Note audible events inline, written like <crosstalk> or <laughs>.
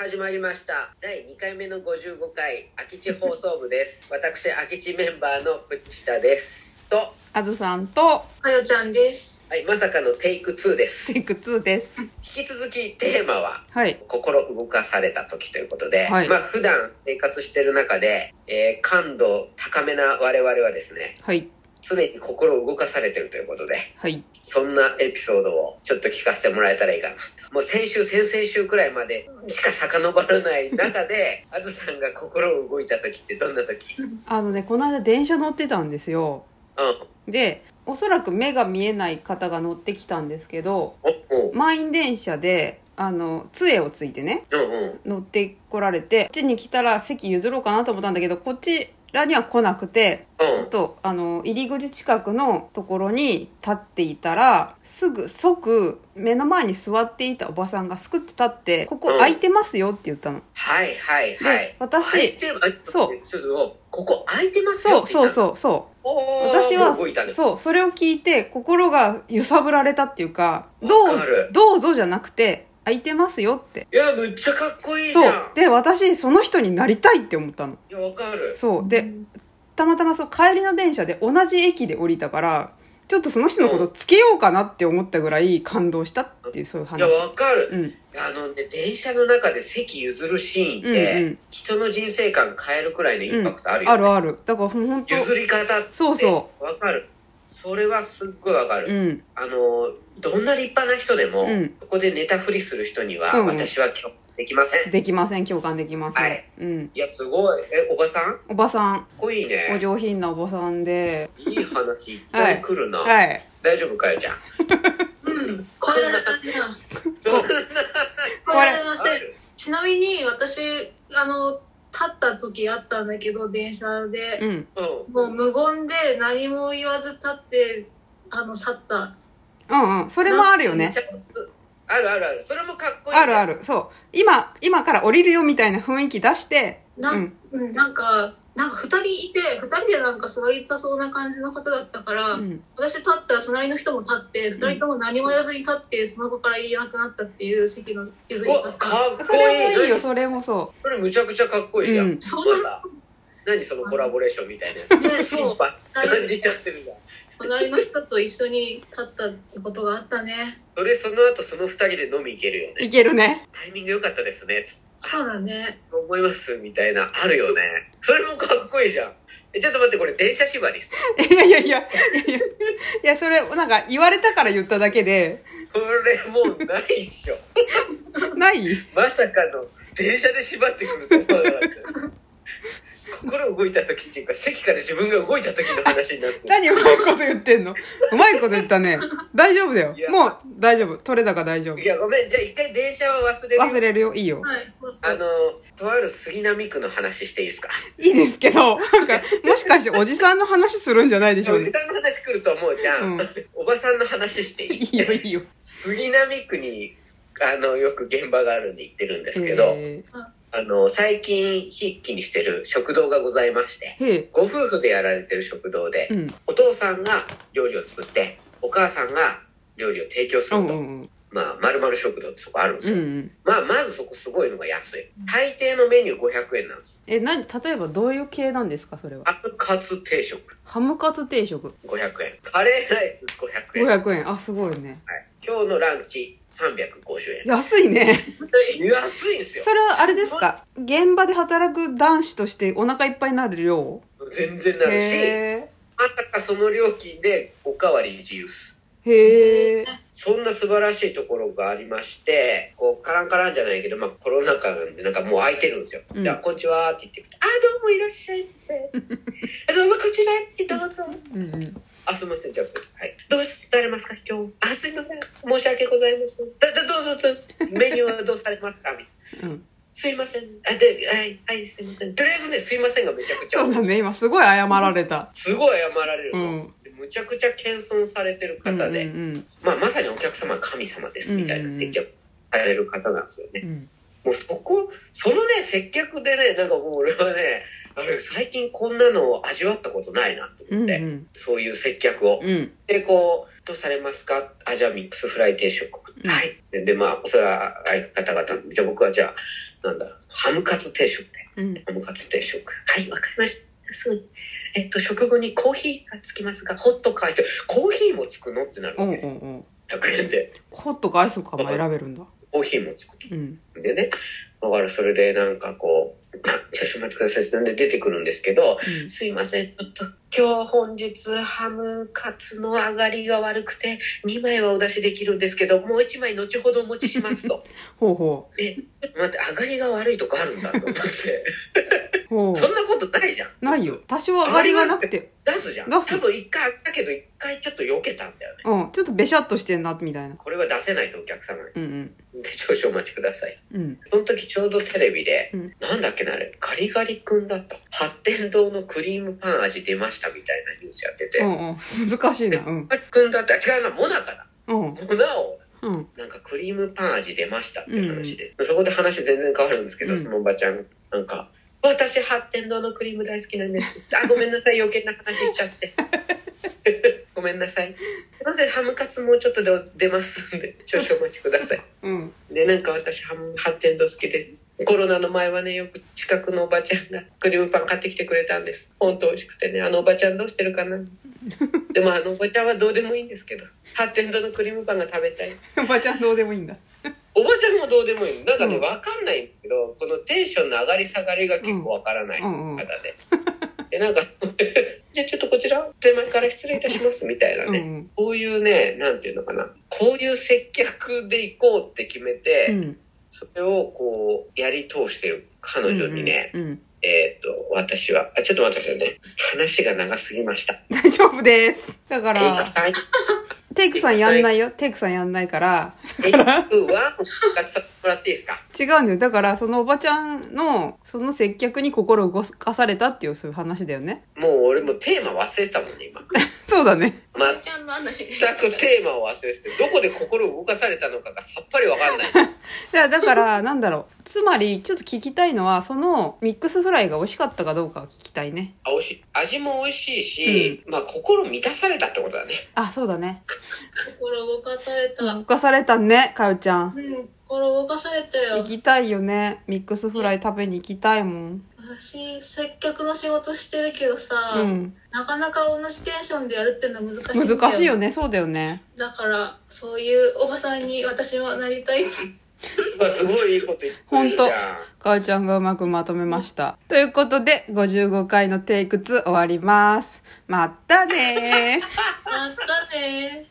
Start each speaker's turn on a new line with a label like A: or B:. A: 始まりました第2回目の55回空き地放送部です
B: <laughs>
A: 私空き地メンバーのプチタですと
B: あずさんと
C: かよちゃんです。
A: はいまさかのテイク2です
B: <laughs> テイク2です。
A: 引き続きテーマは
B: はい。
A: 心動かされた時ということで、
B: はい
A: まあ普段生活してる中で、えー感度高めな我々はですね
B: はい。
A: 常に心を動かされてるということで
B: はい。
A: そんなエピソードをちょっと聞かせてもらえたらいいかなと。もう先週、先々週くらいまでしか遡らない中
B: <laughs>
A: で、あずさんが心を動いた時ってどんな時うん。
B: あのね、この間電車乗ってたんですよ。で、おそらく目が見えない方が乗ってきたんですけど、
A: おお
B: 満員電車で、あの、杖をついてね、
A: うんうん。
B: 乗ってこられて、こっちに来たら席譲ろうかなと思ったんだけど、こっちらには来なくて、ちょっと、あの、入り口近くのところに立っていたら、すぐ、即、目の前に座っていたおばさんがすくって立って、ここ空いてますよって言ったの。
A: はいはい
B: で、
A: はい。
B: 私、
A: 空いてる、
B: そう
A: ちょっとここ空いてますよ
B: そ
A: っ
B: う
A: て
B: そう
A: う。
B: そうそう
A: おー
B: 私は
A: もう動いたね。
B: そうそれを聞いて心が揺さぶられたっていうか「ど
A: わかる
B: うどうぞ」じゃなくて「空いてますよ」って
A: いや、むっちゃかっこいいじゃん。
B: そうで私その人になりたいって思ったの
A: いや、わかる。
B: そうでたまたまそう帰りの電車で同じ駅で降りたからちょっとその人のことつけようかなって思ったぐらい感動したっていうそういう
A: い
B: 話
A: や、わかる。
B: うん
A: あのね、電車の中で席譲るシーンっ
B: うんう
A: て
B: ん、
A: 人の人生観変えるくらいのインパクトあるよね。
B: あるあるだからほんと
A: 譲り方って
B: そうそ
A: わかるそれはすっごいわかる、
B: うん
A: あのどんな立派な人でも、
B: うん
A: ここでネタフリする人には、
B: うんうん
A: 私は今日できません
B: できません共感できません、
A: はい
B: うん
A: いやすごいえおばさんかっ
B: おばさん
A: こいい
B: お
A: ね
B: 上品なおばさんで
A: いい話いっぱい来るな、
B: はい
A: 大丈夫かよちゃん
C: うん、超えられないな。
A: どんな
C: 超えられませ
A: あ
C: ん。
A: る
C: ちなみに私あの立った時あったんだけど電車で、
B: うん
A: うん
C: もう無言で何も言わず立ってあの去った。
B: うんうんそれもあるよ
A: めっ
B: ね
A: ちゃあるあるあるそれもかっこいいね、
B: あるあるそう今今から降りるよみたいな雰囲気出して
C: な、
B: うんん
C: うん、なんか。なんか2人いて2人でなんか座りたそうな感じの方だったから、
B: うん
C: 私立ったら隣の人も立って2人とも何も言わずに立ってその場から言えなくなったっていう席の譲り
A: おか
C: 方
A: っ
B: そ
A: こ
B: れ
A: いい
B: もいいよそれもそ
A: それむちゃくちゃかっこいいじゃん、
B: うん
C: そ
A: ま
C: んな
A: た何そのコラボレーションみたいなや
C: ね
A: つ
C: そう
A: 心配感じちゃってるじゃん
C: 隣の人と一緒に立ったってことがあったね
A: それその後その二人で飲み行けるよね
B: ういけるね <laughs>
A: タイミング良かったですねつ
C: そうだね
A: どう思いますみたいなあるよねそれもかっこいいじゃんえちょっと待ってこれ電車縛りっす
B: いやいやいやいやいやいやそれなんか言われたから言っただけで
A: これもうないっしょ
B: ない
A: まさかの電車で縛ってくると思わなかった心動いた時っていうか席から自分が動いた時の話になってる
B: 何うまいこと言ってんのうまいこと言ったね大丈夫だよ
A: いや
B: もう大丈夫取れ高大丈夫
A: いやごめんじゃあ一回電車は忘れる
B: 忘れるよいいよ
C: はい
A: あのとある杉並区の話していいですか
B: いいですけどなんかもしかしておじさんの話するんじゃないでしょ
A: お
B: う
A: じ
B: ね
A: さんの話来ると思うじゃん、
B: うん
A: おばさんの話していい
B: いいよいいよ
A: 杉並区にあのよく現場があるんで行ってるんですけど、
B: え
A: あの最近筆記にしてる食堂がございまして
B: ーへえ
A: ご夫婦でやられてる食堂で、
B: うん
A: お父さんが料理を作ってお母さんが料理を提供す
B: う
A: る
B: ん
A: と、
B: うん
A: まあまるまる食堂ってそこあるんです
B: うんう
A: よ、
B: ん
A: まあまずそこすごいのが安い大抵のメニュー500円なんです
B: え何例えばどういう系なんですかそれは
A: ハムカツ定食
B: ハムカツ定食
A: 500円カレーライス500円、はい、
B: 500円あすごいね
A: 今日のランチ350円
B: 安い
A: <laughs>
B: ね
A: 安いんですよ
B: それはあれですか現場で働く男子としてお腹いっぱいになる量
A: 全然なるし、
B: へ
A: まさかその料金でおかわり自由っす。
B: えへえ
A: そんな素晴らしいところがありまして、こう、カランカランじゃないけど、まあコロナ禍なんで、なんかもう空いてるんですよ。
B: うん
A: じゃあ、こんにちはって言ってくと、あ、どうもいらっしゃいませ。 <laughs> あどうぞこちらへどうぞ。
B: うんうん
A: あ、すいません、じゃあ、はい。どうされますか、今日。あ、すいません。申し訳ございません。だ、だ、どうぞ、どうぞ。メニューはどうされますかみたいな
B: うん
A: すいません。あ、で、はい、はい、すいません。とりあえずね、すいませんがめちゃくちゃ多
B: そ
A: いん
B: う
A: です
B: だ
A: よ。
B: ね今すごい謝られた
A: すごい謝られる
B: う
A: の。
B: ん
A: でむちゃくちゃ謙遜されてる
B: う
A: 方
B: ん
A: で、
B: うん
A: まあ、まさにお客様は神様ですみたいな接客される方なんですよね、
B: うん
A: もうそこそのね接客でねなんかもう俺はねあれ最近こんなのを味わったことないなと
B: うん
A: 思
B: う
A: っ
B: ん
A: て、そういう接客を、
B: うんうん
A: でこう「どうされますかあじゃあミックスフライ定食」
B: うん
A: はいででまあそれは相方々じゃあ僕はじゃあなんだ、ハムカツ定食で。
B: うん。
A: ハムカツ定食。はい、わかりました。すぐに。えっと、食後にコーヒーがつきますが、ホットかアイス。コーヒーもつくのってなる
B: うんんう
A: ですよ。
B: んうん。
A: 100円で。
B: ホットかアイスかも選べるんだ。
A: コーヒーもつくと。
B: うん。
A: でね、だからそれでなんかこう、あちょっと待ってください。なんで出てくるんですけど、すいません、ちょっと今日本日ハムカツの上がりが悪くて、2枚はお出しできるんですけど、もう1枚後ほどお持ちしますと。 <laughs>
B: ほうほ
A: え、ちょっと待って、上がりが悪いとこあるんだと思って。
B: う。ほ
A: そ。
B: うん
A: なことないじゃん。
B: ないよ。多少上がりがなくて。
A: 出すじゃん。
B: 出
A: 多
B: す
A: 分1回あったけど、1回ちょっと避けたんだよね。
B: うん。ちょっとべしゃっとしてんな、みたいな。
A: これは出せないとお客様
B: うんうん。
A: に。で、少々お待ちください。
B: うん。
A: その時ちょうどテレビで、
B: うん
A: なんだっけなあれ、ガリガリ君だった。発展堂のクリームパン味出ましたみたいなニュースやってて。
B: う
A: ガ
B: んうん。難しいな。うん。
A: リ君だった。違うな、モナカだ。
B: うん。
A: モナを。
B: うん。
A: なんかクリームパン味出ましたっていう話で、そこで話全然変わるんですけど、
B: うん
A: そのおばちゃんなんか「私発展堂のクリーム大好きなんです」あごめんなさい余計な話しちゃって
B: <laughs>
A: ごめんなさいすいませんハムカツもうちょっとで出ますんで少々お待ちください
B: うん。 <laughs>
A: でなんか私ハム発展堂好きでコロナの前はねよく近くのおばちゃんがクリームパン買ってきてくれたんです本当美味しくてねあのおばちゃんどうしてる
B: <laughs>
A: かなでもあのおばちゃんはどうでもいいんですけど発展堂のクリームパンが食べたい
B: おばちゃんどうでもいいんだ。
A: おばちゃんもどうでもいいのなんかね、
B: うん
A: わかんないんだけどこのテンションの上がり下がりが結構わからない
B: うんうんうん
A: 方で、でなんか <laughs> じゃあちょっとこちら手前から失礼いたしますみたいな
B: うん
A: ね、
B: うん。
A: こういうねなんていうのかなこういう接客で行こうって決めて、
B: うん。
A: それをこうやり通してる彼女にね、
B: うんうん。
A: えっ、と私はあちょっと待ってくださいね話が長すぎました
B: 大丈夫です。だか
A: テイク
B: ら、
A: さん
B: テイクさんやんないよ。テイクさんやんないから。
A: テイクは復活させてもらっていいですか
B: 違うんだよ。だから、そのおばちゃんの、その接客に心動かされたっていう、そういう話だよね。
A: もう俺もうテーマ忘れてたもんね今
B: そうだね。
A: ま
C: ちゃんの話で
A: 全くテーマを忘れててどこで心を動かされたのかがさっぱりわかんない
B: いやだ <laughs> から、なんだろう。つまり、ちょっと聞きたいのは、そのミックスフライが美味しかったかどうかを聞きたいね。
A: あ美味しい味も美味しいし、まあ心満たされたってことだね
B: あ、そうだね。
C: 心動かされた。
B: 動かされたね、かよちゃん。
C: うん、心動かされた
B: 行
C: よ。
B: きたいよね。ミックスフライ食べに行きたいもん。
C: 私、接客の仕事してるけどさ、
B: うん。
C: なかなか同じテンションでやるってのは難しいんだ
B: 難しいよね。そうだよね。
C: だから、そういうおばさんに私もなりたい。
A: まあすごいいいこと言って
B: ほん
A: る
B: と
A: じゃん
B: かおちゃんがうまくまとめました。ということで、55回のテイク2終わります。またねー。
C: またね